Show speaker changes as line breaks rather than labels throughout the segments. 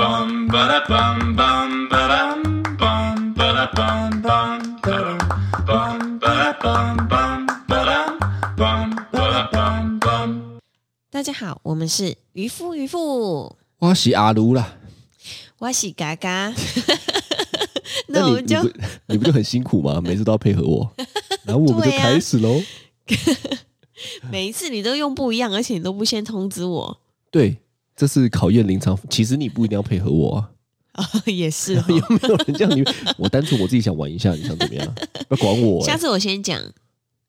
Bum ba da bum bum ba dum bum ba da bum bum ba dum bum ba da bum bum ba dum bum ba da bum bum.
大家好，我们是渔夫渔妇，
我是阿卢啦。
我是嘎嘎。
那
那我
哎你
们就
你不 你不就很 辛苦吗？每次都要配合我，然后我们就
对啊
开始喽。
每一次你都用不一样，而且你都不先通知我。
对，这是考验临场。其实你不一定要配合我啊，
哦，也是哦、
有啊没有人这样？你我单纯我自己想玩一下，你想怎么样？不要管我、
下
欸，
次我先讲。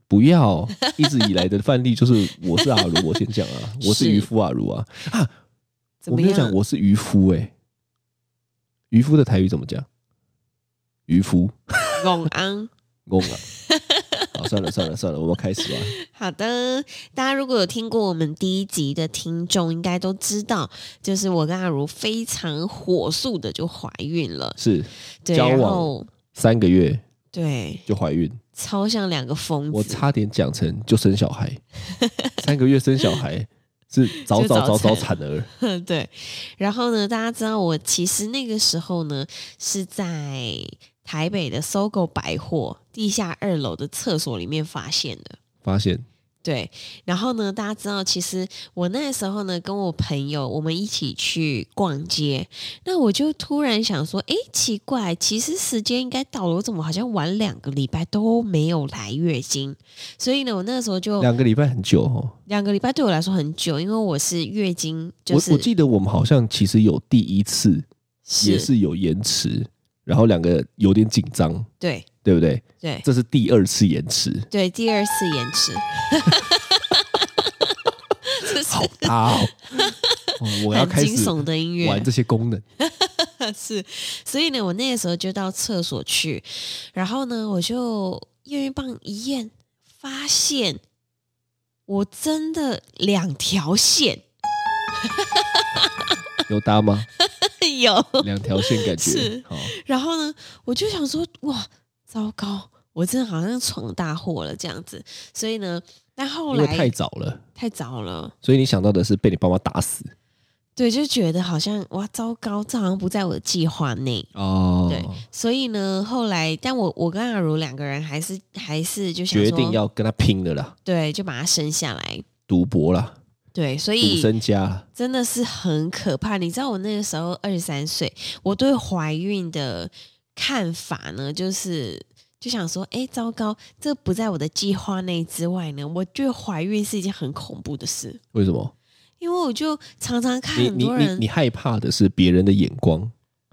不要。一直以来的范例就是我是阿卢，我先讲 啊，我是
是
渔夫阿卢啊。
怎么
我没有
样？
讲我是渔夫哎、渔夫的台语怎么讲？渔夫，
永安。
公啊。好，算了算了算了，我们开始吧。
好的，大家如果有听过我们第一集的听众，应该都知道，就是我跟阿如非常火速的就怀孕了，
是
对，
交往
然后
三个月
对，
就怀孕。
超像两个疯子，
我差点讲成就生 小孩，三个月生小孩是早
就
早
早
早早
产
产儿，
对，然后呢，大家知道我其实那个时候呢是在台北的搜狗百货地下二楼的厕所里面发现的。
发现
对，然后呢，大家知道，其实我那时候呢，跟我朋友我们一起去逛街，那我就突然想说，诶，奇怪，其实时间应该到了，我怎么好像晚两个礼拜都没有来月经？所以呢，我那时候就
两个礼拜很久哦。
两个礼拜对我来说很久，因为我是月经，就是
我我记得我们好像其实有第一次
是
也是有延迟，然后两个有点紧张，
对
对不对？
对
这是第二次延迟，
对，第二次延迟。 这是
好大哦！哦我要
很
开
惊
始
悚的音乐，
玩这些功能，
是，所以呢，我那个时候就到厕所去，然后呢，我就验孕棒一验，发现我真的两条线
有搭吗？
有，
两条线感
是
觉哦好，
然后呢，我就想说，哇，糟糕，我真的好像闯大祸了这样子，所以呢，但后
因为
来
太早了，
太早了，
所以你想到的是被你爸妈打死
对，就觉得好像哇，糟糕，这好像不在我的计划内。
哦
对，所以呢，后来，但我我跟阿如两个人还是还是就想
决
说
定要跟他拼了啦，
对，就把它生下来。
赌博啦。
对，所
赌
以
身家啦，
真的是很可怕。你知道我那个时候二十三岁，我对怀孕的看法呢，就是就想说，哎，糟糕，这不在我的计划内之外呢。我觉得怀孕是一件很恐怖的事，
为什么？
因为我就常常看
你
很
你
多
你
人
你害怕的是别人的眼光，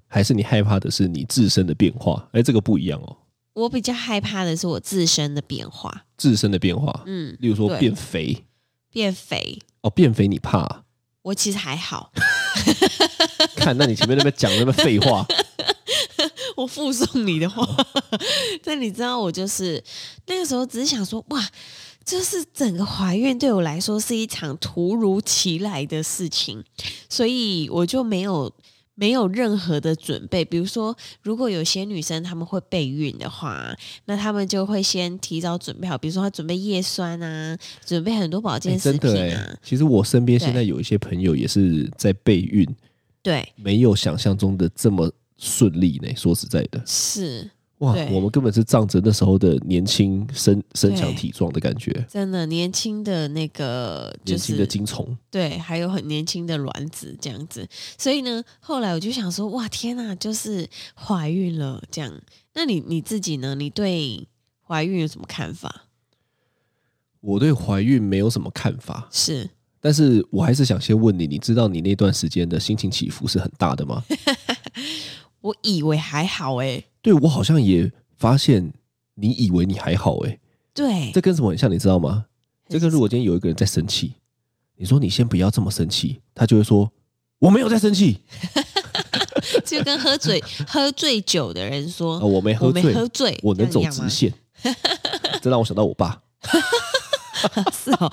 还是你害怕的是你自身的变化？哎，这个不一样哦，
我比较害怕的是我自身的变化，
自身的变化，
嗯，
例如说
对
变肥
变肥，
哦，变肥你怕、
我其实还好，
看，那你前面那边讲那么 废话，
我附送你的话， 但你知道，我就是那个时候只是想说，哇，就是整个怀孕对我来说是一场突如其来的事情，所以我就没有没有任何的准备。比如说，如果有些女生她们会备孕的话，那她们就会先提早准备好，比如说她准备叶酸啊，准备很多保
哎
健食
真的
品
哎、
啊，
其实我身边现
对
在有一些朋友也是在备孕，
对，
没有想象中的这么顺利呢。说实在的，
是
哇
对，
我们根本是仗着那时候的年轻身身强
对
体壮的感觉，
真的年轻的那个，就
年
是
轻的精虫。
对，还有很年轻的卵子这样子，所以呢，后来我就想说，哇，天呐，就是怀孕了这样。那你你自己呢？你对怀孕有什么看法？
我对怀孕没有什么看法，
是
但是我还是想先问你，你知道你那段时间的心情起伏是很大的 吗？
我以为还好欸诶、
对我好像也发现，你以为你还好诶、
对，
这跟什么很像，你知道吗？
很
这跟如果今天有一个人在生气，你说你先不要这么生气，他就会说我没有在生气，
就跟喝 醉喝醉酒的人说，
啊、我没
哦我
喝
没
醉，
喝醉，
我能
这
走
样一样
直
吗
线。 这让我想到我爸，
是哦，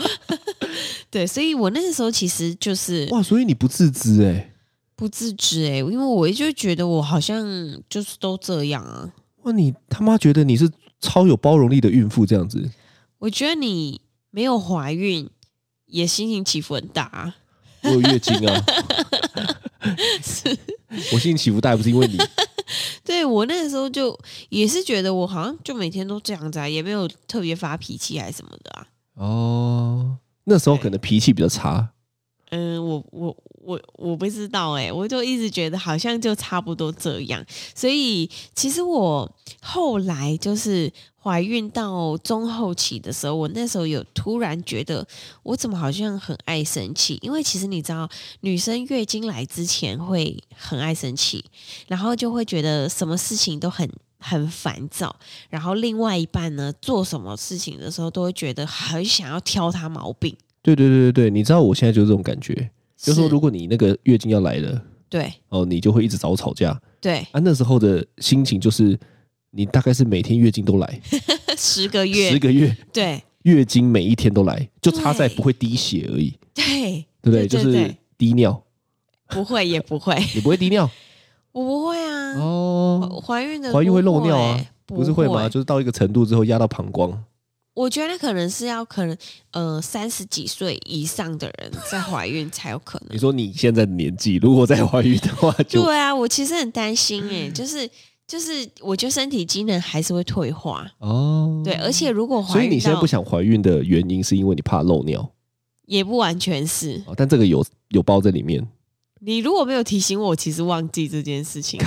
对，所以我那个时候其实就是
哇，所以你不自知欸诶、
不自知诶、因为我就觉得我好像就是都这样啊。
哇，你他妈觉得你是超有包容力的孕妇这样子，
我觉得你没有怀孕， 也心情起伏很大、啊。
我有月经啊，我心情起伏大，不是因为你，
对我那个时候就也是觉得我好像就每天都这样子啊，也没有特别发脾气还是什么的啊。
哦，那时候可能脾气比较差，
嗯，我我我我不知道哎、我就一直觉得好像就差不多这样，所以其实我后来就是怀孕到中后期的时候，我那时候有突然觉得我怎么好像很爱生气，因为其实你知道，女生月经来之前会很爱生气，然后就会觉得什么事情都很。很烦躁，然后另外一半呢，做什么事情的时候都会觉得很想要挑他毛病。
对对对对对，你知道我现在就是这种感觉，就是说如果你那个月经要来了，
对
哦，你就会一直找我吵架
对，
啊。那时候的心情就是，你大概是每天月经都来，
十个月，
十个月
对
月经每一天都来，就差在
对
不会滴血而已，
对
对不对？就是滴尿，
不会也不会，
你不会滴尿
我不会啊。
哦，
我怀孕的
怀孕会
不
漏尿啊
欸，
不是会吗？就是到一个程度之后压到膀胱，
我觉得可能是要可能呃三十几岁以上的人在怀孕才有可能
你。说你现在的年纪，如果再怀孕的话，就
对啊，我其实很担心哎、 就是就是，我觉得身体机能还是会退化。
哦，
对，而且如果
所
怀
以
孕
你现在
到
不想怀孕的原因是因为你怕漏尿
也不完全是
哦，但这个有有包在里面。
你如果没有提醒我，我其实忘记这件事情。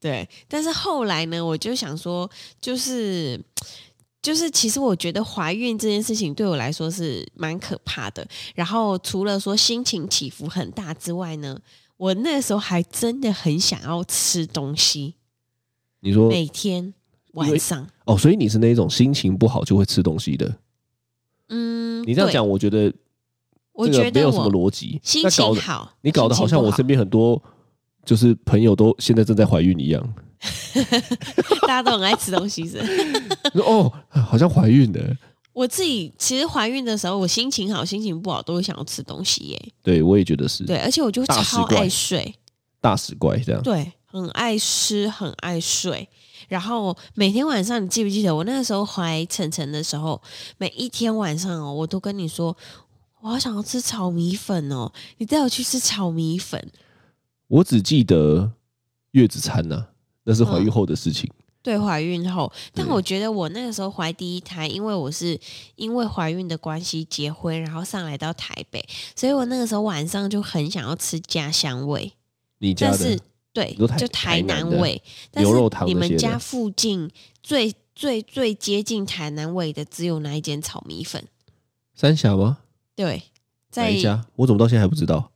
对，但是后来呢，我就想说，就是就是，其实我觉得怀孕这件事情对我来说是蛮可怕的。然后除了说心情起伏很大之外呢，我那时候还真的很想要吃东西，
你说
每天晚上。
哦，所以你是那一种心情不好就会吃东西的。
嗯，
你这样
对，
讲，我觉得
我
这
觉
个没
得
有什么
我
逻辑。
心
那搞
情
得
好，
你搞得好像我身
心
边很多就是朋友都现在正在怀孕一样。
情不好 大家都很爱吃东西是不是。
说哦，好像怀孕了。
我自己其实怀孕的时候，我心情好、心情不好都会想要吃东西耶。
对，我也觉得是
对，而且我就
嗯大食
超
怪
爱睡，
大使怪这样。
对，很爱吃，很爱睡。然后每天晚上，你记不记得我那个时候怀晨晨的时候，每一天晚上哦，我都跟你说，我好想要吃炒米粉哦，你带我去吃炒米粉。
我只记得月子餐呐、那是怀孕
嗯
后的事情。
对，怀孕后，但
对
我觉得我那个时候怀第一胎，因为我是因为怀孕的关系结婚，然后上来到台北，所以我那个时候晚上就很想要吃家乡味。
你家
但
的
是对
你说，台
就台
台
南
南的
味，但
牛
是
肉汤
你
那些
们
的
家附近最最最接近台南味的只有那一间炒米粉，
三峡吗？
对，
哪
在
一家？我怎么到现在还不知道？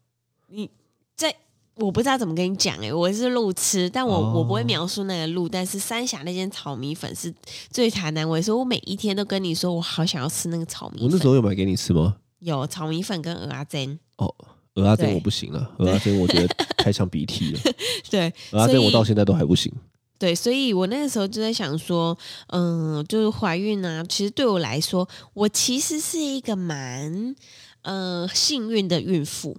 在。我不知道怎么跟你讲哎、我是路痴，但我、我不
哦
会描述那个路，但是三峡那间炒米粉是最台南味，所以我每一天都跟你说，我好想要吃那个炒米粉。
我那时候有买给你吃吗？
有炒米粉跟鹅阿珍，
哦，鹅阿珍
对
我不行了，鹅阿珍我觉 得太像鼻涕了，
对，
鹅阿
所
珍
以
啊我到现在都还不行。
对，所以我那个时候就在想说，嗯，就是怀孕啊，其实对我来说，我其实是一个蛮呃幸运的孕妇。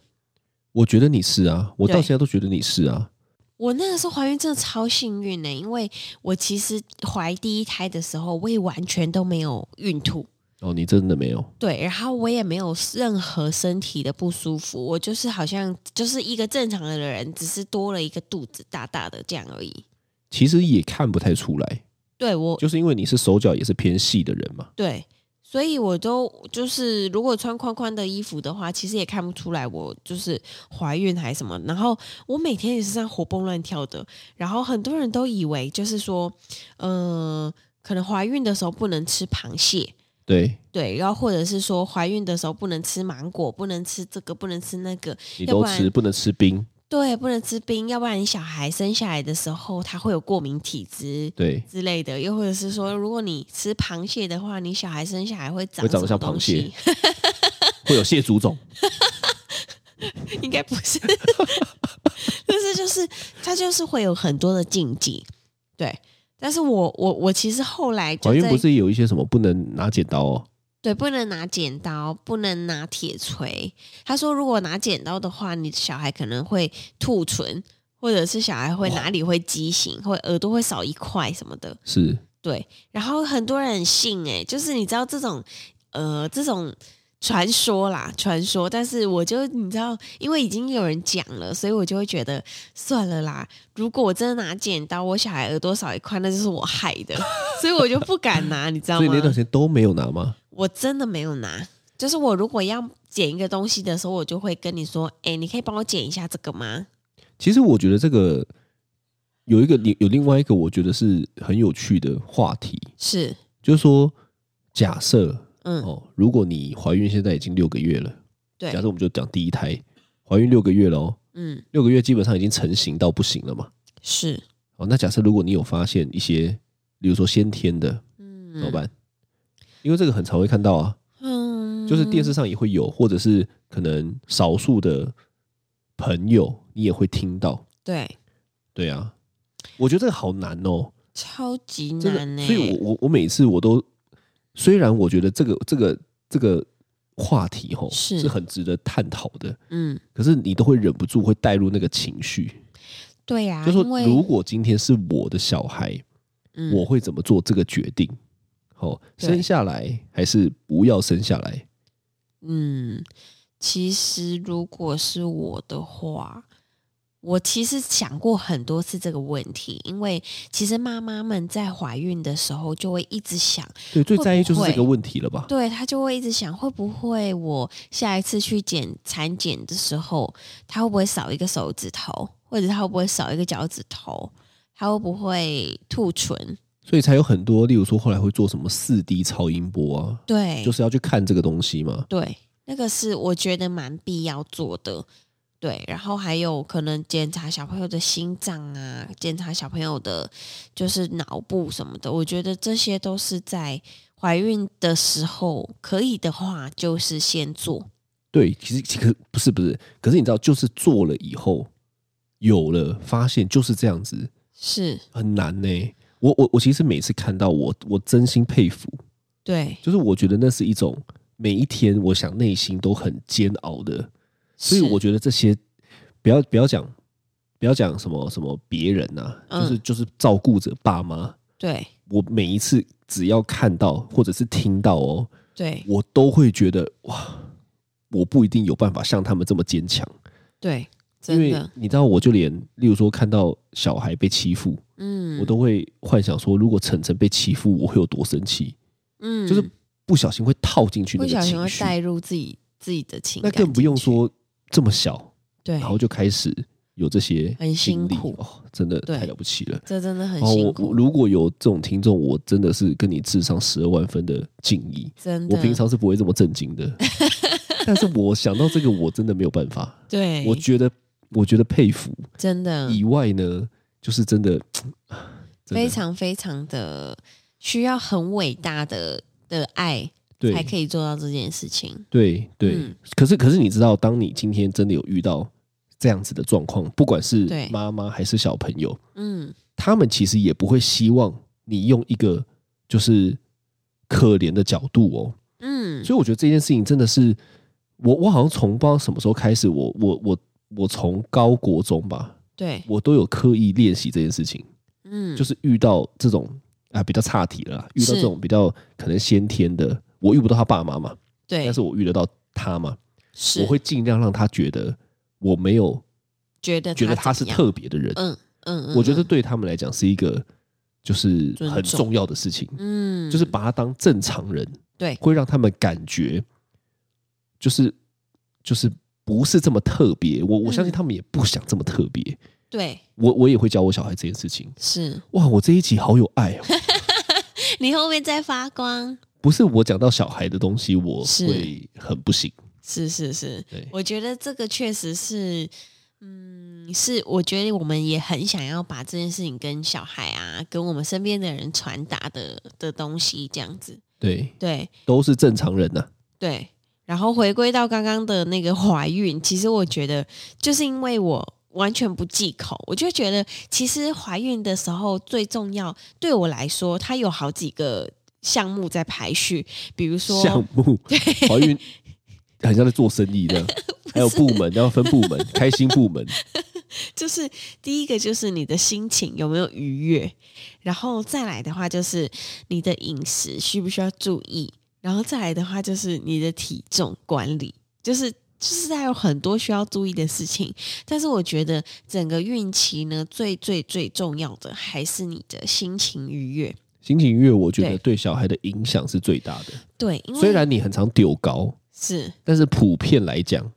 我觉得你是啊，我到
对
现在都觉得你是啊。
我那个时候怀孕真的超幸运呢、因为我其实怀第一胎的时候，我也完全都没有孕吐，
哦，你真的没有，
对，然后我也没有任何身体的不舒服，我就是好像就是一个正常的人，只是多了一个肚子大大的这样而已。
其实也看不太出来，
对我
就是因为你是手脚也是偏细的人嘛。
对，所以我都就是如果穿宽宽的衣服的话，其实也看不出来我就是怀孕还是什么。然后我每天也是这样活蹦乱跳的，然后很多人都以为就是说，呃，可能怀孕的时候不能吃螃蟹。
对
对，然后或者是说怀孕的时候不能吃芒果，不能吃这个，不能吃那个，
你
要
都
不然
吃，不能吃冰。
对，不能吃冰，要不然你小孩生下来的时候他会有过敏体质
对，
之类的，又或者是说，如果你吃螃蟹的话，你小孩生下来会长
嗯会
什
长得
么
像
东
螃
西
蟹，会有蟹足肿。
应该不是，但是就是它就是会有很多的禁忌，对。但是我我我其实后来 就
怀孕
在
不是有一些什么不能拿剪刀哦？
对不能拿剪刀，不能拿铁锤。他说如果拿剪刀的话，你小孩可能会吐唇，或者是小孩会哪里会畸形，会耳朵会少一块什么的。
是
欸对，然后很多人很信哎、就是你知道这种呃这种传说啦，传说，但是我就你知道，因为已经有人讲了，所以我就会觉得算了啦。如果我真的拿剪刀，我小孩耳朵少一块，那就是我害的， 所以我就不敢拿，你知道
所以
吗
那？段时间都没有拿吗？
我真的没有拿，就是我如果要剪一个东西的时候，我就会跟你说，哎、你可以帮我剪一下这个吗？
其实我觉得这个有一个另有另外一个我觉得是很有趣的话题，
是，
就是说，假设
嗯，
哦，如果你怀孕现在已经六个月了，
对
假，设我们就讲第一胎怀孕六个月了哦，
嗯，
六个月基本上已经成型到不行了嘛。
是，
哦，那假设如果你有发现一些，比如说先天的
嗯，
怎么办？因为这个很常会看到啊，
嗯，
就是电视上也会有，或者是可能少数的朋友你也会听到。
对，
对啊，我觉得这个好难哦，
超级
这
难欸呢、
个，所以我我我每次我都，虽然我觉得这个这个这个话题吼
是
是很值得探讨的，
嗯，
可是你都会忍不住会带入那个情绪，
对呀、
就说
啊因为
如果今天是我的小孩，
嗯
我会怎么做这个决定？哦，
对
生下来还是不要生下来？
嗯，其实如果是我的话，我其实想过很多次这个问题，因为其实妈妈们在怀孕的时候就会一直想，
对，最在意就是
会
这个问题了吧？
对她就会一直想，会不会我下一次去检产检的时候，她会不会少一个手指头，或者她会不会少一个脚趾头，她会不会兔唇？
所以才有很多，例如说后来会做什么四 D 超音波啊，
对，
就是要去看这个东西嘛。
对，那个是我觉得蛮必要做的。对，然后还有可能检查小朋友的心脏啊，检查小朋友的，就是脑部什么的。我觉得这些都是在怀孕的时候，可以的话就是先做。
对，其实其实不是不是，可是你知道，就是做了以后，有了发现就是这样子，
是，
很难呢、我我我其实每次看到我，我真心佩服，
对，
就是我觉得那是一种每一天，我想内心都很煎熬的。所以
是
我觉得这些不要不要讲，不要讲什么什么别人呐、
嗯
就是就是照顾者爸妈。
对
我每一次只要看到或者是听到哦，
对
我都会觉得哇，我不一定有办法像他们这么坚强。
对，
因
真
为
的，
你知道，我就连例如说看到小孩被欺负，
嗯，
我都会幻想说，如果晨晨被欺负，我会有多生气，
嗯，
就是不小心会套进去那
不
个
小心
情
会
绪，
带入自己自己的情
那
感，
更不用，说这么小，
对
然，后就开始有这些
很辛
经历
苦
哦，真的
对
太了不起了。
这真的很
哦，
辛
我我
苦，
如果有这种听众，我真的是跟你致上十二万分的敬意。
真的，
我平常是不会这么震 惊的，但是我想到这个，我真的没有办法。
对，
我觉得，我觉得佩服。
真的
以外呢，就是真的，真的
非常非常的需要很伟大的的爱才
对
可以做到这件事情。
对对、
嗯
可是可是你知道，当你今天真的有遇到这样子的状况，不管是
对
妈妈还是小朋友，
嗯，
他们其实也不会希望你用一个就是可怜的角度哦。
嗯，
所以我觉得这件事情真的是，我我好像从不知道什么时候开始，我我我我从高国中吧，
对，
我都有刻意练习这件事情。
嗯，
就是遇到这种啊比较差题了啦，遇到
是
这种比较可能先天的，我遇不到他爸妈嘛，
对，
但是我遇得到他嘛，
是
我会尽量让他觉得我没有
觉得
觉得他是
怎样，
特别的人。
嗯嗯嗯，
我觉
嗯
得对他们来讲是一个就是
尊
很
重
重要的事情，
嗯，
就是把他当正常人，
对，
会让他们感觉就是就是不是这么特别。我我相信
嗯
他们也不想这么特别。
对
我我也会教我小孩这件事情。
是
哇，我这一集好有爱哦。
你后面在发光，
不是我讲到小孩的东西，我
是
会很不行。
是是是，
对，
我觉得这个确实是，嗯，是我觉得我们也很想要把这件事情跟小孩啊，跟我们身边的人传达的的东西这样子，
对，
对，
都是正常人呐、
对，然后回归到刚刚的那个怀孕，其实我觉得就是因为我完全不忌口，我就觉得其实怀孕的时候最重要，对我来说，它有好几个项目在排序，比如说
项目怀孕，很像在做生 意的，还有部门，然后分部门，开心部门，
就是第一个就是你的心情有没有愉悦，然后再来的话就是你的饮食需不需要注意，然后再来的话就是你的体重管理，就是就是还有很多需要注意的事情。但是我觉得整个孕期呢，最最最重要的还是你的心情愉悦。
心情愉悦，我觉得
对
对小孩的影响是最大的。
对，因为
虽然你很常丢高，
是
但是普遍来讲，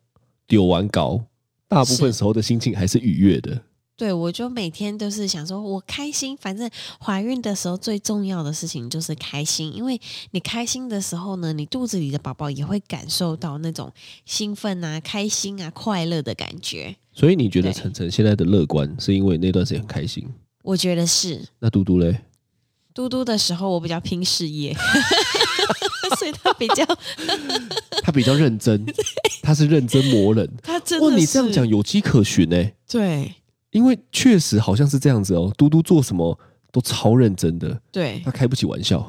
丢完高，大部分
是
时候的心情还是愉悦的。
对，我就每天都是想说，我开心。反正怀孕的时候最重要的事情就是开心，因为你开心的时候呢，你肚子里的宝宝也会感受到那种兴奋啊、开心啊、快乐的感觉。
所以你觉得
对
晨晨现在的乐观，是因为那段时间很开心？
我觉得是
那嘟嘟嘞？
嘟嘟的时候，我比较拼事业， 所以他比较
他比较 认真，他是认真磨人。
他真的
哇，
是
你这样讲有迹可循呢、
对
因为确实好像是这样子哦。嘟嘟做什么都超认真的，
对
他，开不起玩笑。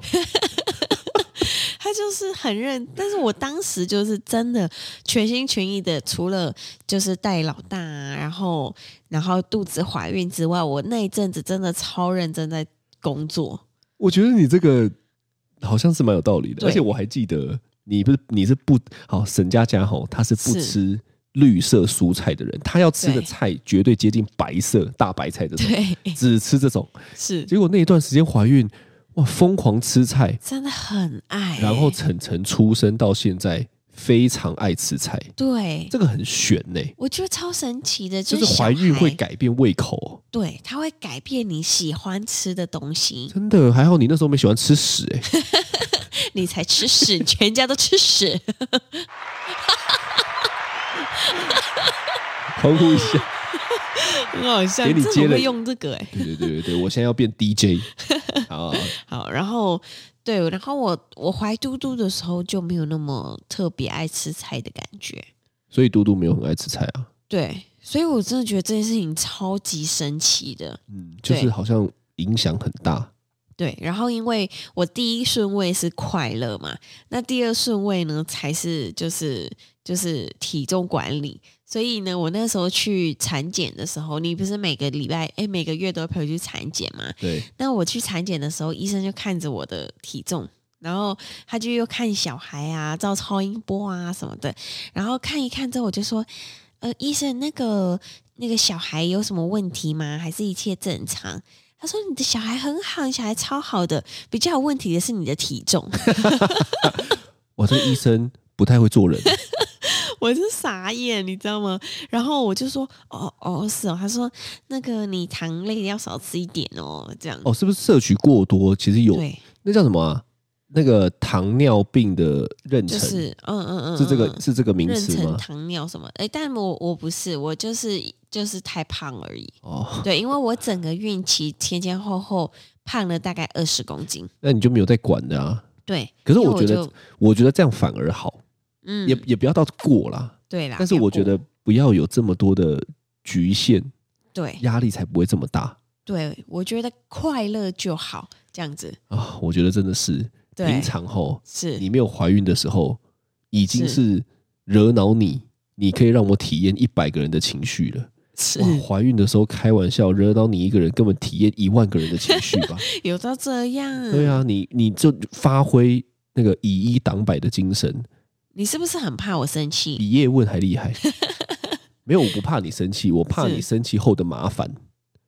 他就是很认，但是我当时就是真的全心全意的，除了就是带老大、啊，然后然后肚子怀孕之外，我那一阵子真的超认真在工作。
我觉得你这个好像是蛮有道理的，
对
而且我还记得你不是你是不好沈佳佳吼，她是不
是
吃绿色蔬菜的人，她要吃的
对
菜绝对接近白色大白菜这种，
对，
只吃这种。
是
结果那一段时间怀孕，哇，疯狂吃菜，
真的很爱欸、
然后晨晨出生到现在非常爱吃菜，
对，
这个很悬呢、
我觉得超神奇的，
就是是怀孕
小孩
会，改变胃口，哦
对，它会改变你喜欢吃的东 西，
真的还好你那时候没喜欢吃屎哎、
你才吃屎，全家都吃 屎。
欢呼一下。
很好笑，
给你
真的
接了
会用这个哎、
对对对对对，我现在要变 DJ 好，
好，然后对，然后我我怀嘟嘟的时候就没有那么特别爱吃菜的感觉，
所以嘟嘟没有很爱吃菜啊。
对，所以我真的觉得这件事情超级神奇的，
嗯，就是
对
好像影响很大。
对。然后因为我第一顺位是快乐嘛，那第二顺位呢才是就是就是体重管理，所以呢，我那时候去产检的时候，你不是每个礼拜哎每个月都会陪我去产检吗？
对，
那我去产检的时候，医生就看着我的体重，然后他就又看小孩啊，照超音波啊什么的，然后看一看之后，我就说，呃，医生，那个那个小孩有什么问题吗？还是一切正常？他说：“你的小孩很好，你小孩超好的，比较有问题的是你的体重。
我这个医生不太会做 人，”
我是傻眼，你知道吗？然后我就说：“哦哦，是哦。”他说：“那个你糖类要少吃一点哦，这样。
哦，是不是摄取过多？其实有
对，
那叫什么啊？那个糖尿病的妊
就
娠、
是嗯嗯嗯，
是这
嗯嗯
个是这个名
妊
词
娠
吗？
糖尿什么？哎、但我我不是，我就是就是太胖而已。
哦，
对，因为我整个孕期前前后后胖了大概二十公斤。
那你就没有在管的啊。
对，
可是
因为
我觉得
就，
我觉得这样反而好，
嗯，
也也不要到过啦。
对啦。
但是
不要
我觉得
过，
不要有这么多的局限，
对
压力才不会这么大
对，我觉得快乐就好，这样子。
啊。我觉得真的是
对
平常吼，
是
你没有怀孕的时候，已经
是
是惹恼你，你可以让我体验一百个人的情绪了。
是
哇，，怀孕的时候开玩笑，惹恼你一个人，根本体验一万个人的情绪 吧？
有到这样。
对，啊，你你就发挥那个以一挡百的精神，
你是不是很怕我生气？
比叶问还厉 害。没有，我不怕你生气，我怕
是
你生气后的麻烦，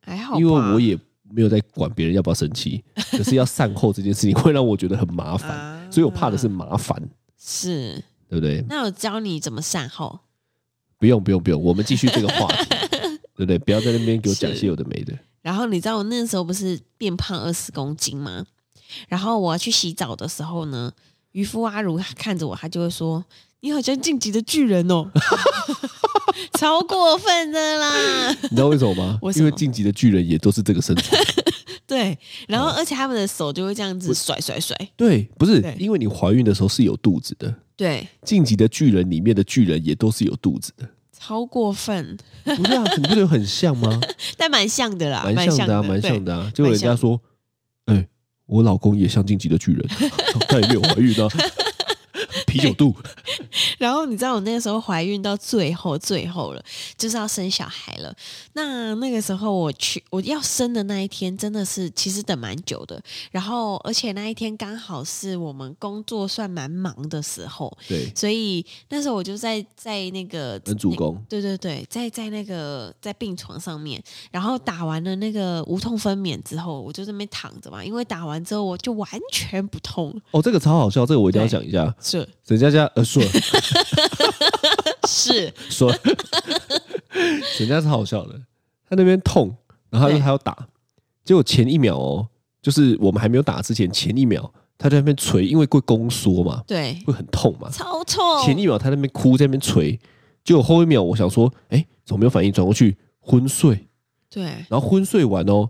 还好吧，
因为我也没有在管别人要不要生气，可是要善后这件事情会让我觉得很麻烦，
啊
所以我怕的是麻烦，
是。
对不对？
那我教你怎么善后。
不用不用不用，我们继续这个话题，对不对？不要在那边给我讲一些有的没的。
然后你知道我那时候不是变胖二十公斤吗？然后我要去洗澡的时候呢，渔夫阿如他看着我，他就会说：“你好像晋级的巨人哦， 超过分的啦？
你知道为什么吗
为什
因
么
为晋级的巨人也都是这个身材。！”
对，然
嗯
后而且他们的手就会这样子甩甩甩，
对，不是
对
因为你怀孕的时候是有肚子的，
对，
晋级的巨人里面的巨人也都是有肚子的，
超过分，
不是啊？你不觉得很像吗？
但蛮像的啦，
蛮像
像
的啊，
的，
蛮
对
像的啊。结果人家说，哎、我老公也像晋级的巨人，他也没有怀孕啊。啊啤酒肚，
然后你知道我那个时候怀孕到最后最后了，就是要生小孩了。那那个时候我去我要生的那一天，真的是其实等蛮久的。然后而且那一天刚好是我们工作算蛮忙的时候，
对，
所以那时候我就在在那个
恩主公
对对对，在在那个在病床上面，然后打完了那个无痛分娩之后，我就在那边躺着嘛，因为打完之后我就完全不痛，
哦，这个超好笑，这个我一定要讲一下。
是
沈佳佳呃说
是，
说， 沈佳是好笑的，他那边痛，然后他
对
说他要打，结果前一秒哦，就是我们还没有打之前前一秒，他在那边捶，因为会宫缩嘛，
对，
会很痛嘛，
超痛，
前一秒他在那边哭，在那边捶，结果后一秒我想说，哎，怎么没有反应？转过去昏睡，
对，
然后昏睡完哦，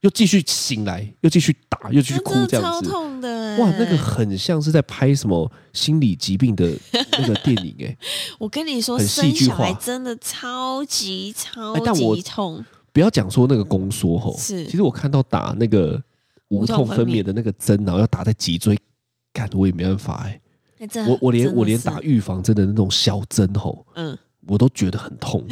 又继续醒来，又继续打，又继续
那
哭
真的
这
超
样子。
痛欸的、
哇，那个，很像是在拍什么心理疾病的那个电影哎、
我跟你说，
很戏
生
剧
小
化
孩真的超级超
哎但我
级痛，
不要讲说那个宫缩吼，
是
其实我看到打那个无
无痛
痛分
分
娩
娩
的那个针，然后要打在脊椎，干我也没办法哎、
那真的
我我
啊
连
真的
我连
是
打预防针的那种小针吼，
嗯，
我都觉得 很痛。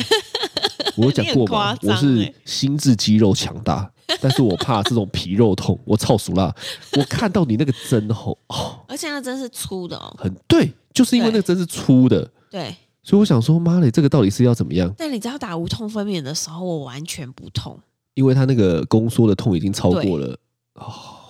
我有讲过嘛，
你很夸张
我是
欸
心智肌肉强大，但是我怕这种皮肉痛，我操熟啦！我看到你那个针吼，哦，
而且那真是粗的哦，
很对，就是因为那个针是粗的，
对。
所以我想说，妈嘞，这个到底是要怎么样？
但你知道打无痛分娩的时候，我完全不痛，
因为它那个宫缩的痛已经超过了，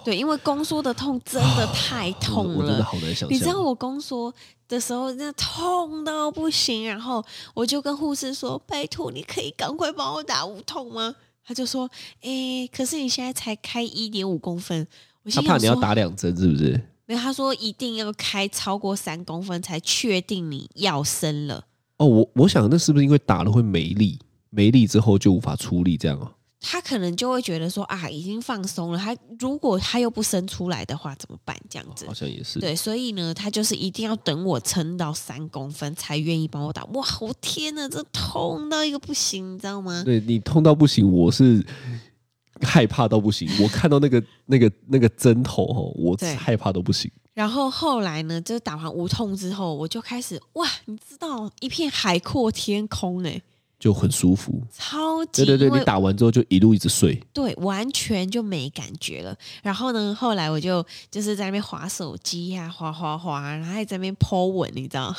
对，因为宫缩的痛真的太
啊我
痛
我真的
了。
好难想象。
你知道我宫缩的时候，那痛到不行，然后我就跟护士说：“拜托，你可以赶快帮我打无痛吗？”他就说：“诶，可是你现在才开一点五公分。”我
他
心
怕
想
你要
说：“
打两针，是不是？
没有，他说一定要开超过三公分才确定你要生了。
哦，我我想那是不是因为打了会没力，没力之后就无法出力这样啊？
他可能就会觉得说啊，已经放松了。他如果他又不生出来的话，怎么办？这样子
好，像也哦是。
对，所以呢，他就是一定要等我撑到三公分才愿意帮我打。哇，我天啊呐，这痛到一个不行，你知道吗？
对你痛到不行，我是害怕到不行。 我看到那个那个那个针头哦，我
对
害怕到不行。
然后后来呢，就打完无痛之后，我就开始哇，你知道一片海阔天空哎、
就很舒服，
超级
对对对，
因为
你打完之后就一路一直睡，
对，完全就没感觉了。然后呢，后来我就就是在那边划手机呀、划划划，啊然后还在那边 Po 文，你知道？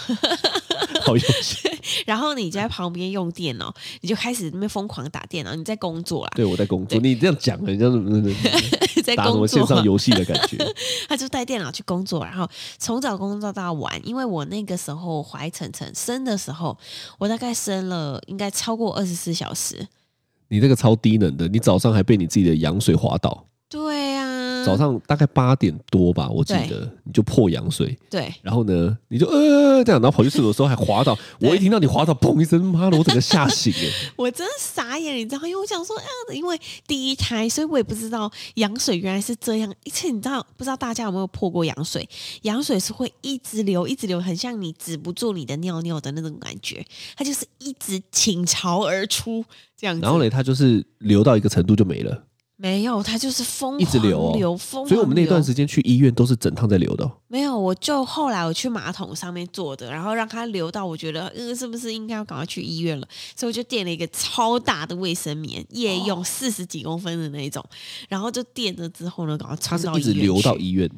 好有 趣。
然后你就在旁边用电脑，你就开始那边疯狂打电脑，你在工作啦，
对我在工作，
对
你这样讲，人家怎么
在
嗯打什么
工
线
作
上，游戏的感觉？
他就带电脑去工作，然后从早工作到晚。因为我那个时候怀晨晨生的时候，我大概生了应该超过二十四小时。
你这个超低能的，你早上还被你自己的羊水滑倒，
对啊，
早上大概八点多吧，我记
对
得你就破羊水，
对
然后呢，你就呃这样，然后跑去厕所的时候还滑倒，
对
我一听到你滑倒，砰一声，妈的，我整个吓醒 哎，
我真的傻眼，你知道吗？因为我想说，啊，因为第一胎，所以我也不知道羊水原来是这样。而且你知道，不知道大家有没有破过羊水？羊水是会一直流，一直流，很像你止不住你的尿尿的那种感觉，它就是一直倾巢而出这样子。
然后呢，它就是流到一个程度就没了，
没有，它就是疯狂
一直流哦
疯狂
所以我们那段时
流
间去医院都是整趟在流的哦，
没有，我就后来我去马桶上面坐的，然后让它流到我觉得，嗯，是不是应该要赶快去医院了？所以我就垫了一个超大的卫生棉，夜
哦
用四十几公分的那一种，然后就垫着之后呢，赶快
它
穿
是
到
一直
医院
流到
去
医院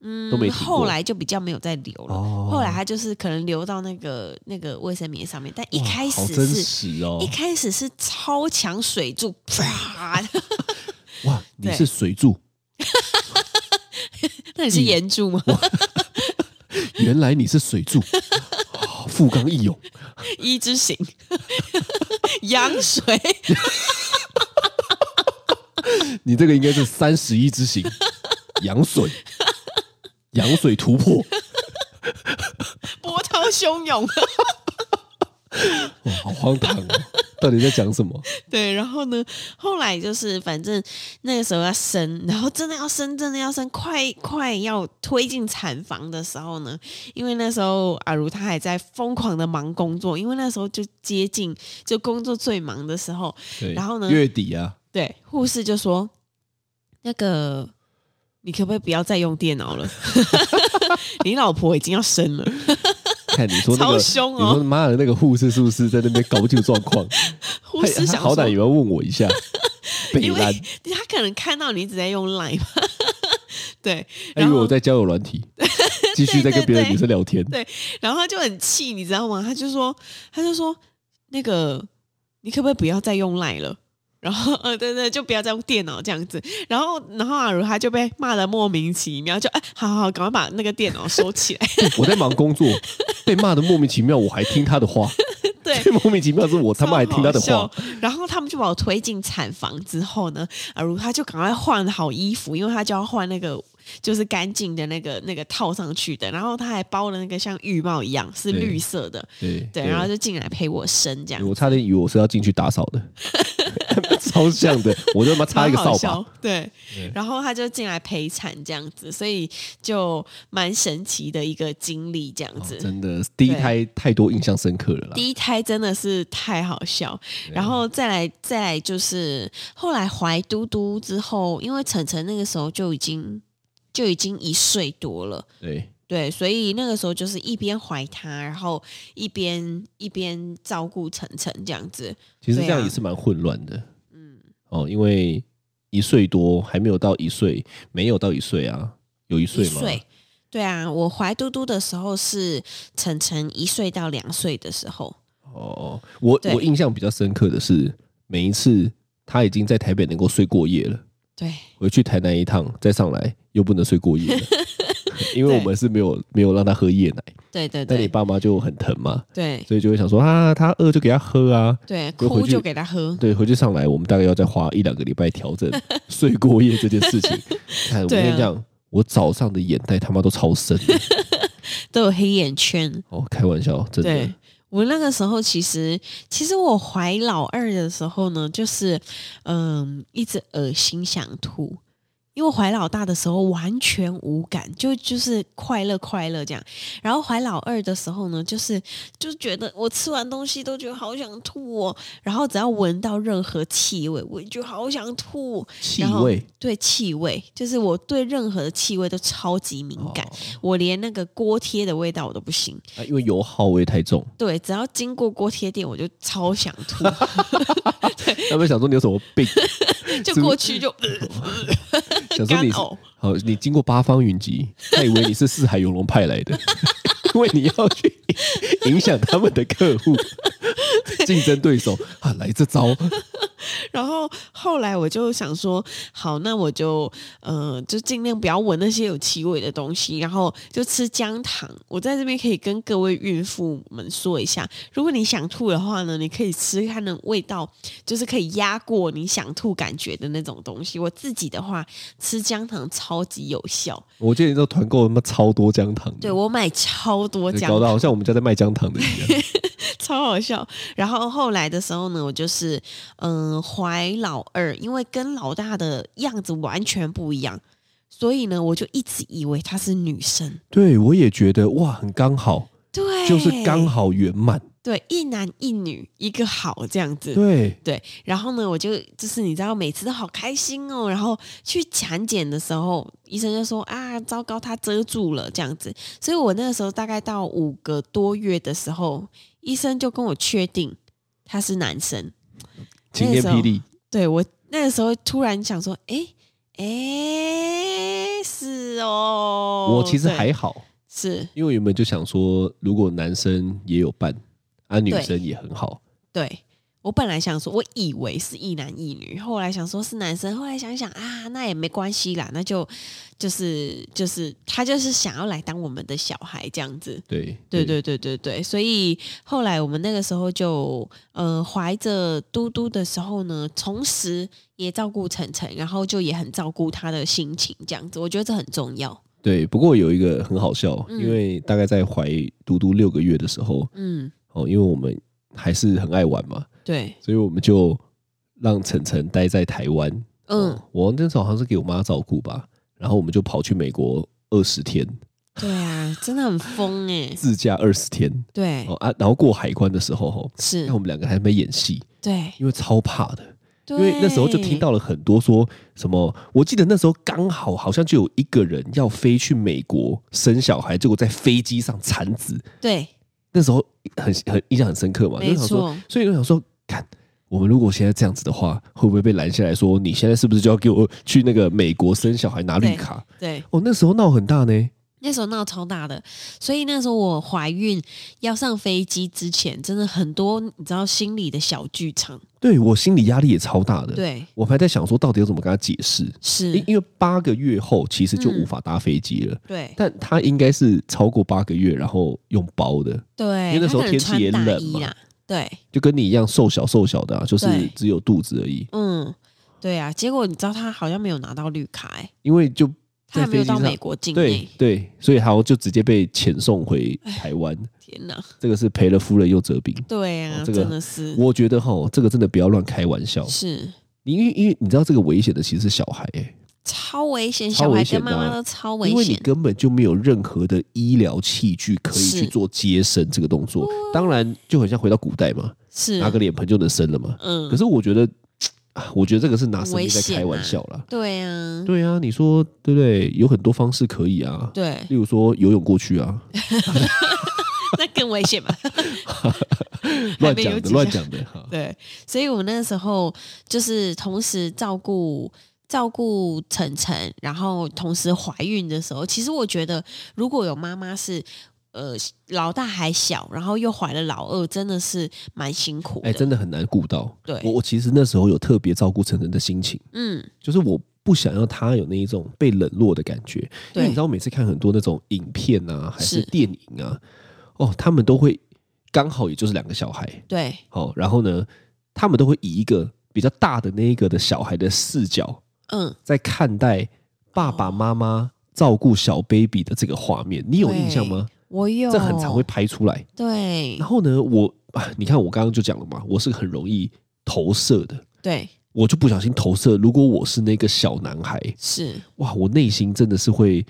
嗯
都没停过
后来就比较没有再流了。
哦
后来它就是可能流到那个那个卫生棉上面，但一
哇
开
好
始
真
是。
实哦
一，开始是超强水柱，啪！
哇，你
对
是水柱。
那你是
嗯
岩柱吗？
原来你是水柱，哦富冈义勇，
一之行， 羊水，
你这个应该是三十一之行，羊水，羊水突破，
波涛汹涌。
哇，好荒唐哦！到底在讲什么？
对，然后呢，后来就是反正那个时候要生，然后真的要生，真的要生，快快要推进产房的时候呢，因为那时候阿如她还在疯狂的忙工作，因为那时候就接近就工作最忙的时候，
对
然后呢
月底啊，
对护士就说那个。你可不可以不要再用电脑了？ 你老婆已经要生了，
看你说那
超
个，
凶哦
你说妈的那个护士是不是在那边搞不清楚状 况？哎
护士
他
想
他好
说
歹也要问我 一下，北
因为
兰，
他可能看到你一直在用 Line 吧， 对，
他以
然
为
后
哎我在交友 软体，继续在跟别的女生聊天。
对，然后他就很气，你知道吗？他就说，他就说，那个你可不可以不要再用 Line 了？然后，呃，对对，就不要再用电脑这样子。然后，然后阿如他就被骂的莫名其妙，就哎，好好，赶快把那个电脑收起来。
我在忙工作，被骂的莫名其妙，我还听他的话。
对，
最 莫名其妙是 我他妈还听他的
超
话
好，笑。然后他们就把我推进产房之后呢，阿如他就赶快换好衣服，因为他就要换那个就是干净的那个那个套上去的。然后他还包了那个像浴帽一样是
对
绿色的，
对
对，然后就进来陪我生这样。
我差点以为我是要进去打扫的， 超像的，我就他妈插一个
蛮好
扫
笑
把，，
对
对，
然后他就进来陪产这样子，所以就蛮神奇的一个经历这样子。
哦真的第一
对
胎太多印象深刻了啦。
第一胎真的是太好笑，然后再来再来就是后来怀嘟嘟之后，因为晨晨那个时候就已经就已经一岁多了，
对，
对，所以那个时候就是一边怀他，然后一边一边照顾晨晨这样子，
其实这
对
样
啊
也是蛮混乱的。嗯，哦，因为一岁多还没有到一岁，没有到一岁啊，有一
一
岁吗？
岁。对啊，我怀嘟嘟的时候是晨晨一岁到两岁的时候，
哦，我
对
我印象比较深刻的是，每一次他已经在台北能够睡过夜了，
对
回去台南一趟再上来又不能睡 过夜了，因为我们是没有没有让他喝夜奶，
对对
但你
对
爸妈就很疼嘛，
对
所以就会想说啊，他饿就给他喝啊。
对，
就回
哭就
去
给他喝，
对，回去上来，我们大概要再花一两个礼拜 调整睡过夜这件事情。看，我
对啊
跟你讲，我早上的眼袋他妈都超深的
都有黑眼圈。
哦，开玩笑，真的
对。我那个时候其实，其实我怀老二的时候呢，就是嗯，一直恶心想吐。因为怀老大的时候完全无感，就就是快乐快乐这样。然后怀老二的时候呢，就是就觉得我吃完东西都觉得好想吐哦，然后只要闻到任何气味，我就好想吐。
气
然后
味
对气味，就是我对任何的气味都超级敏感，
哦
我连那个锅贴的味道我都不行。
啊，因为油耗味太重。
对，只要经过锅贴店，我就超想 吐，
他们想说你有什么 病？
就
怎么
过去就、呃
想说你
干
是
呕
好，你经过八方云集，他以为你是四海游龙派来的， 因为你要去影响他们的客户、竞争对手啊，来这招，
然后后来我就想说，好，那我就呃，就尽量不要闻那些有气味的东西，然后就吃姜糖。我在这边可以跟各位孕妇们说一下，如果你想吐的话呢，你可以吃看那味道，就是可以压过你想吐感觉的那种东西。我自己的话，吃姜糖超级有效，
我记得你这团购他妈超多姜糖的，
对我买超多
对
姜
搞
糖
得。好像我们家嗯在卖姜糖的一样。
超好笑。然后后来的时候呢，我就是嗯怀老二，因为跟老大的样子完全不一样，所以呢，我就一直以为她是女生。
对，我也觉得哇，很刚好，
对，
就是刚好圆满。
对一男一女一个好这样子。
对，
对，然后呢，我就就是你知道，每次都好开心哦。然后去产检的时候，医生就说啊，糟糕，他遮住了这样子。所以我那个时候大概到五个多月的时候，医生就跟我确定他是男生。
晴
那
天
时候
霹雳，
对我那个时候突然想说，诶诶，是哦，
我其实
对
还好，
是
因为原本就想说，如果男生也有伴，啊，女
对
生也很好。
对。我本来想说，我以为是一男一女，后来想说是男生，后来想想啊，那也没关系啦，那就就是就是他就是想要来当我们的小孩这样子，
对，
对对对对对，所以后来我们那个时候就呃怀着嘟嘟的时候呢，同时也照顾晨晨，然后就也很照顾他的心情，这样子，我觉得这很重要。
对，不过有一个很好笑，
嗯
因为大概在怀嘟嘟六个月的时候，
嗯，
哦，因为我们还是很爱玩嘛，
对，
所以我们就让晨晨待在台湾。
嗯，
哦我那时候好像是给我妈照顾吧，然后我们就跑去美国二十天，
对啊，真的很疯哎、
自驾二十天。
对
哦哦，啊，然后过海关的时候，吼，
是
那我，们两个还在那边演戏，
对
因为超怕的，因
对
为那时候就听到了很多说什么，我记得那时候刚好好像就有一个人要飞去美国生小孩，结果在飞机上产子，
对，
那时候很很印象很深刻嘛，
没
就
错
想说，所以就想说，看我们如果现在这样子的话，会不会被拦下来说你现在是不是就要给我去那个美国生小孩拿绿卡？
对，
哦，那时候闹很大呢，
那时候闹超大的，所以那时候我怀孕要上飞机之前，真的很多你知道心里的小剧场，
对我心理压力也超大的。，
对，
我还在想说到底要怎么跟他解释，因
是，
因为八个月后其实
嗯
就无法搭飞机了。
对，
但他应该是超过八个月，然后用包的，
对，
因为那时候
他可能
天气也
穿大
冷
衣
嘛
啦，对，
就跟你一样瘦小瘦小的、啊，就是
对
只有肚子而已。
嗯，对啊，结果你知道他好像没有拿到绿卡、欸，
因为就
他
在
还没
飞
有
机
到
上，
美国境
对
内，
对，所以好像就直接被遣送回台湾。
天哪，
这个是赔了夫人又折兵。
对啊，
哦这个
真的是，
我觉得哈，这个真的不要乱开玩笑。
是
你因为因为你知道这个危险的其实是小孩、欸，
超危险，
超
小孩
危险
跟妈
的啊
妈都超
因
危
为你
险，
根本就没有任何的医疗器具可以
是
去做接生这个动作。当然就很像回到古代嘛，
是
拿，个脸盆就能生了嘛。
嗯
可，是我觉得，啊我觉得这个是拿生
危
命在
险
开玩
啊
笑啦。
对啊，
对啊，你说对不对？有很多方式可以啊，
对，
例如说游泳过去啊，
那更危险吧。还
乱
没有
讲的，
几
乱
下
讲的哈。
对，所以我那时候就是同时照顾照顾晨晨，然后同时怀孕的时候，其实我觉得如果有妈妈是呃老大还小，然后又怀了老二，真的是蛮辛苦的。
哎，真的很难顾到。
对
我我其实那时候有特别照顾晨晨的心情，
嗯，
就是我不想要他有那一种被冷落的感觉。因
对
为你知道，每次看很多那种影片啊，还是
是
电影啊，哦，他们都会刚好也就是两个小孩，
对
哦，然后呢，他们都会以一个比较大的那一个的小孩的视角
嗯，
在看待爸
哦
爸妈妈照顾小 baby 的这个画面，你有印象吗？
我有
这很常会拍出来。
对
然后呢，我啊，你看我刚刚就讲了嘛，我是很容易投射的，
对
我就不小心投射。如果我是那个小男孩，
是，
哇，我内心真的是会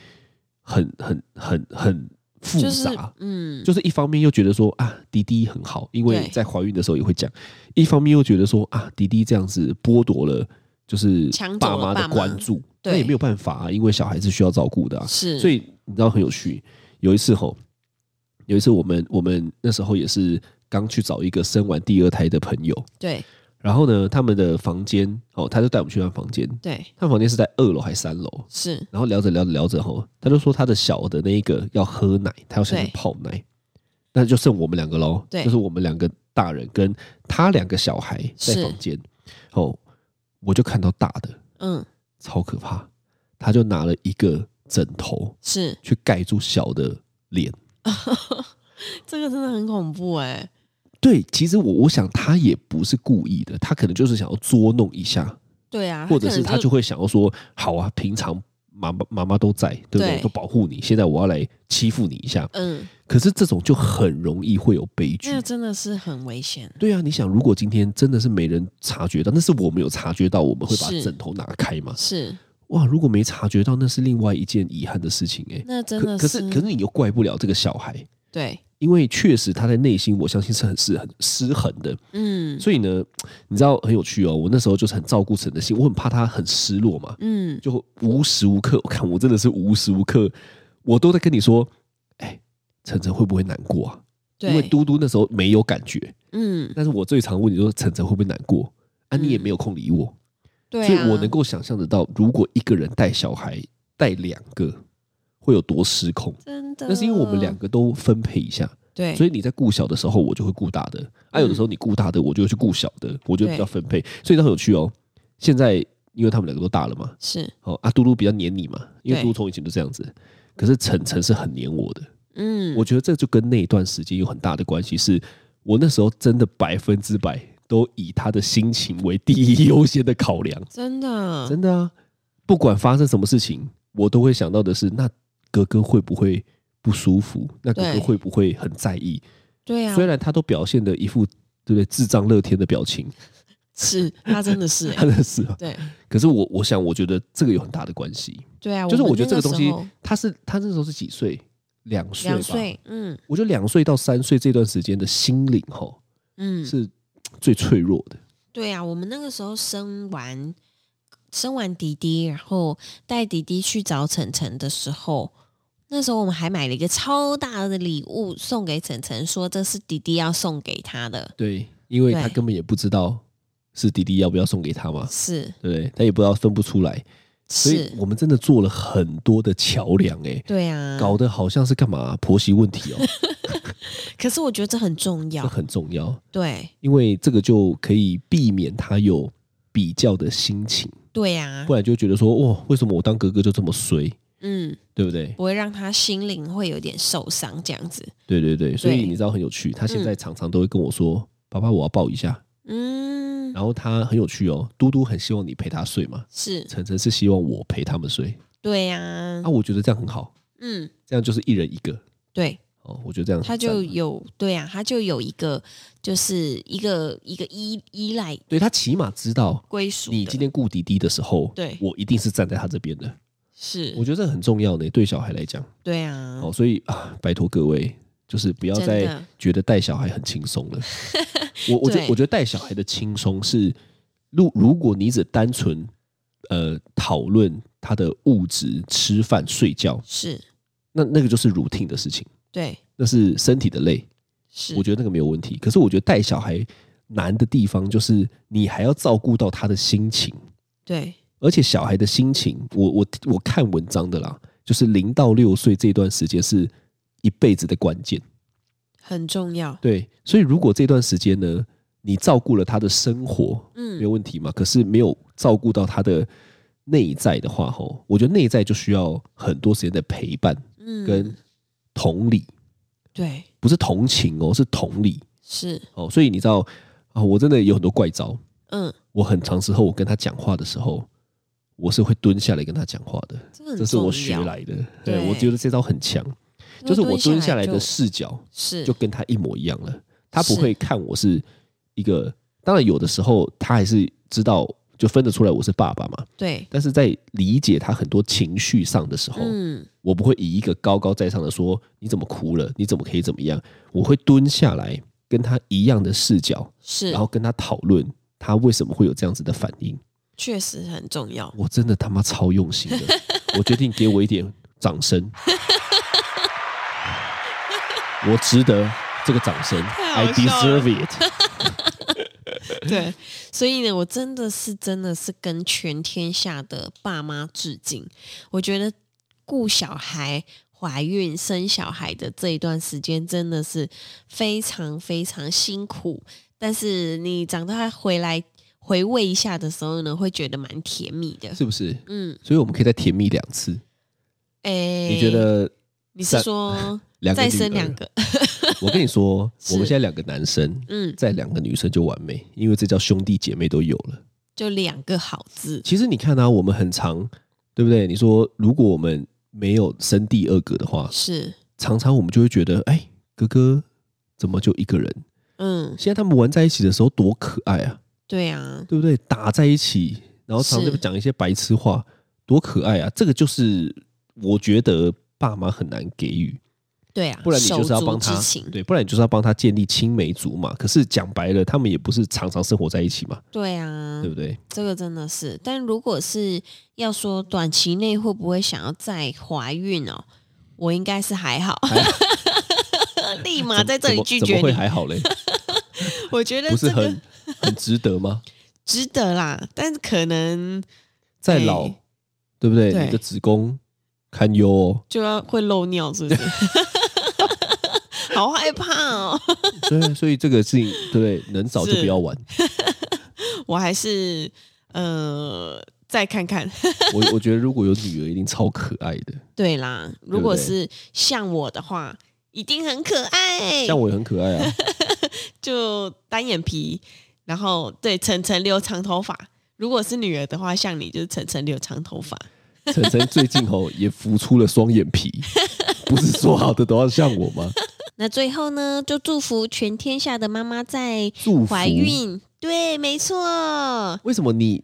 很很很很复杂。
就是嗯，
就是一方面又觉得说啊，迪迪很好，因为
对
在怀孕的时候也会讲；一方面又觉得说啊，迪迪这样子剥夺了就是
抢走
爸
了
妈
爸
的
妈
关注，那
对
也没有办法啊，因为小孩是需要照顾的啊。
是，
所以你知道很有趣，有一次吼，有一次我们我们那时候也是刚去找一个生完第二胎的朋友，
对
然后呢，他们的房间哦，他就带我们去他房间，
对
他们房间是在二楼还是三楼？
是，
然后聊着聊着聊着吼，他就说他的小的那一个要喝奶，他要先
对
去泡奶，那就剩我们两个喽，
对
就是我们两个大人跟他两个小孩在
是
房间，哦，我就看到大的
嗯
超可怕，他就拿了一个枕头
是，
去盖住小的脸。
这个真的很恐怖哎、
对，其实我我想他也不是故意的，他可能就是想要捉弄一下，
对啊，
或者
可
是
能
他就会想要说，好啊，平常妈妈妈妈都在，对不对？
对
都保护你，现在我要来欺负你一下。
嗯，
可是这种就很容易会有悲剧
那。个真的是很危险。
对啊，你想，如果今天真的是没人察觉到，那是我们有察觉到，我们会把
是
枕头拿开嘛？
是，
哇，如果没察觉到，那是另外一件遗憾的事情哎、
那真
可
的
可是可是你又怪不了这个小孩，
对，
因为确实他在内心，我相信是很是很失衡的。
嗯
所以呢，你知道很有趣哦。我那时候就是很照顾陈的心，我很怕他很失落嘛，
嗯，
就无时无刻，我看我真的是无时无刻，我都在跟你说，哎，晨晨会不会难过啊？因为
对，
嘟嘟那时候没有感觉，
嗯，
但是我最常问你说晨晨会不会难过啊？
嗯
你也没有空理我，
对
所以
啊，
我能够想象得到，如果一个人带小孩带两个，会有多失控。
真的，
那是因为我们两个都分配一下，
对，嗯
所
以
以你在顾小的时候，我就会顾大的；啊，有的时候你顾大的，我就会去顾小的，我就比较分配。所以它很有趣哦。现在因为他们两个都大了嘛，
是，
哦，啊，嘟嘟比较黏你嘛，因为
对
嘟嘟从以前就这样子。可是晨晨是很黏我的，
嗯，
我觉得这就跟那一段时间有很大的关系。是我那时候真的百分之百都以他的心情为第一优先的考量，
真的，
真的啊，不管发生什么事情，我都会想到的是，那哥哥会不会不舒服？那哥
对
哥会不会很在意？
对啊
虽，然他都表现的一副对不对智障乐天的表情，
是他真的是欸，
他的 是啊，
对
可是我我想，我觉得这个有很大的关系，
对啊，
就是
们
我觉得这
那
个东
时
西
候，
他是他那时候是几岁？两岁吧。
两岁，嗯
我觉得两岁到三岁这段时间的心灵哈
嗯，
是最脆弱的，
对啊，我们那个时候生完生完弟弟，然后带弟弟去找晨晨的时候，那时候我们还买了一个超大的礼物送给晨晨，说这是弟弟要送给他的，
对，因为他
对
根本也不知道是弟弟要不要送给他嘛，
是
对不对？他也不知道分不出来，所以
是，
我们真的做了很多的桥梁、欸，
对啊。
搞得好像是干嘛、婆媳问题哦，
可是我觉得这很重
这
要，
很重要，
对
因为这个就可以避免他有比较的心情，
对啊
不，然就觉得说，哇，为什么我当哥哥就这么衰，
嗯，
对不对？
不会让他心灵会有点受伤这样子，
对对对，所以
对
你知道很有趣，他现在常常都会跟我说，爸爸我要抱一下，
嗯，
然后他很有趣哦，嘟嘟很希望你陪他睡嘛，
是
晨晨是希望我陪他们睡，
对呀
啊，，我觉得这样很好，
嗯，
这样就是一人一个
对，
哦，我觉得这样
他
很赞
就有对啊，他就有一个就是一个一个依依赖
对他起码知道
归属的。
你今天顾弟弟的时候，
对
我一定是站在他这边的，
是
我觉得这很重要呢，对小孩来讲
对啊，
哦，所以啊，拜托各位。就是不要
真
再
的
觉得带小孩很轻 松了。我我觉得
对
我觉得带小孩的轻松是，如如果你只单纯呃讨论他的物质、吃饭、睡觉，
是
那那个就是 routine 的事情，
对
那是身体的累。
是，
我觉得那个没有问题。可是我觉得带小孩难的地方就是你还要照顾到他的心情，
对
而且小孩的心情，我我我看文章的啦，就是零到六岁这段时间是一辈子的关键。
很重要。
对，所以如果这段时间呢，你照顾了他的生活，没有
嗯，
问题嘛。可是没有照顾到他的内在的话，吼，我觉得内在就需要很多时间的陪伴
嗯，
跟同理，
对
不是同情哦，是同理
是
哦。所以你知道啊，我真的有很多怪招。
嗯，
我很长时候我跟他讲话的时候，我是会蹲下来跟他讲话的，
这很
这是我
重
学
要，
来的。
对
对，我觉得这招很强，
因为
就是我蹲下来
就
的视角
是
就跟他一模一样了，他不
是
会看我是一个。当然，有的时候他还是知道，就分得出来我是爸爸嘛。
对，
但是在理解他很多情绪上的时候，
嗯，
我不会以一个高高在上的说你怎么哭了，你怎么可以怎么样，我会蹲下来跟他一样的视角，
是
然，后跟他讨论他为什么会有这样子的反应。
确实很重要。
我真的他妈超用心 的，我决定给我一点掌声，我值得这个掌声
好
，I
笑了
deserve it。
对，所以呢，我真的是真的是跟全天下的爸妈致敬。我觉得顾小孩、怀孕、生小孩的这一段时间，真的是非常非常辛苦。但是你长大回来回味一下的时候呢，会觉得蛮甜蜜的。
是不是？
嗯，
所以我们可以再甜蜜两次。
哎、
你觉？得
你是
三
说
两个
再
女儿
生两？个？
我跟你说，
是
我们现在两个男生
嗯，
再两个女生就完美，因为这叫兄弟姐妹都有了。
就两个好字。
其实你看啊，我们很常，对不对？你说如果我们没有生第二个的话，
是，
常常我们就会觉得，哎，哥哥怎么就一个人？
嗯，
现在他们玩在一起的时候多可爱啊，
对啊，
对不对？打在一起，然后常常
是
就讲一些白痴话，多可爱啊！这个就是我觉得爸妈很难给予，
对啊，
不然你就是要帮
手足
他
之情，
对，不然你就是要帮他建立青梅竹马。可是讲白了，他们也不是常常生活在一起嘛，
对啊，
对不 对？
这个真的是，但如果是要说短期内会不会想要再怀孕哦，我应该是还好， 立马在这
啊哎怎
里
么
拒
怎么
绝
会
你。
还好 嘞？
我觉得
不是
这
很
个
很值得 吗？
值得啦，但是可能
再老，
哎
对不对？
对
你的子宫堪忧哦。
就要会漏尿，是不 是？好害怕哦！
所以，所以这个事情，对不对？能早就是不要玩。
我还是呃再看看。
我我觉得如果有女儿，一定超可爱的。
对啦，如果是像我的话，一定很可爱。
像我也很可爱啊，
就单眼皮，然后对晨晨留长头发。如果是女儿的话，像你就是晨晨留长头发，
晨晨最近哦也浮出了双眼皮，不是说好的都要像我吗？
那最后呢，就祝福全天下的妈妈在
祝福
怀。孕。对，没错，
为什么你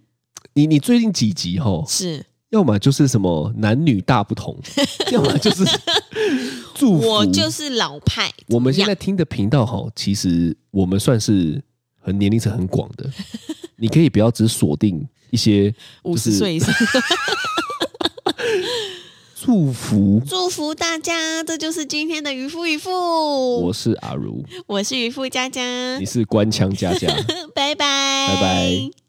你你最近几集哈、
是
要么就是什么男女大不同， 要么就是祝福。
我就是老派。
我们
怎
现
么
在
样
听的频道哈、其实我们算是很年龄层很广的，你可以不要只锁定一些
五十岁以上，
祝福。
祝福大家，这就是今天的渔夫渔妇。
我
我
是阿如，
我是渔夫佳佳
你，是官腔佳佳。
拜拜，拜
拜拜。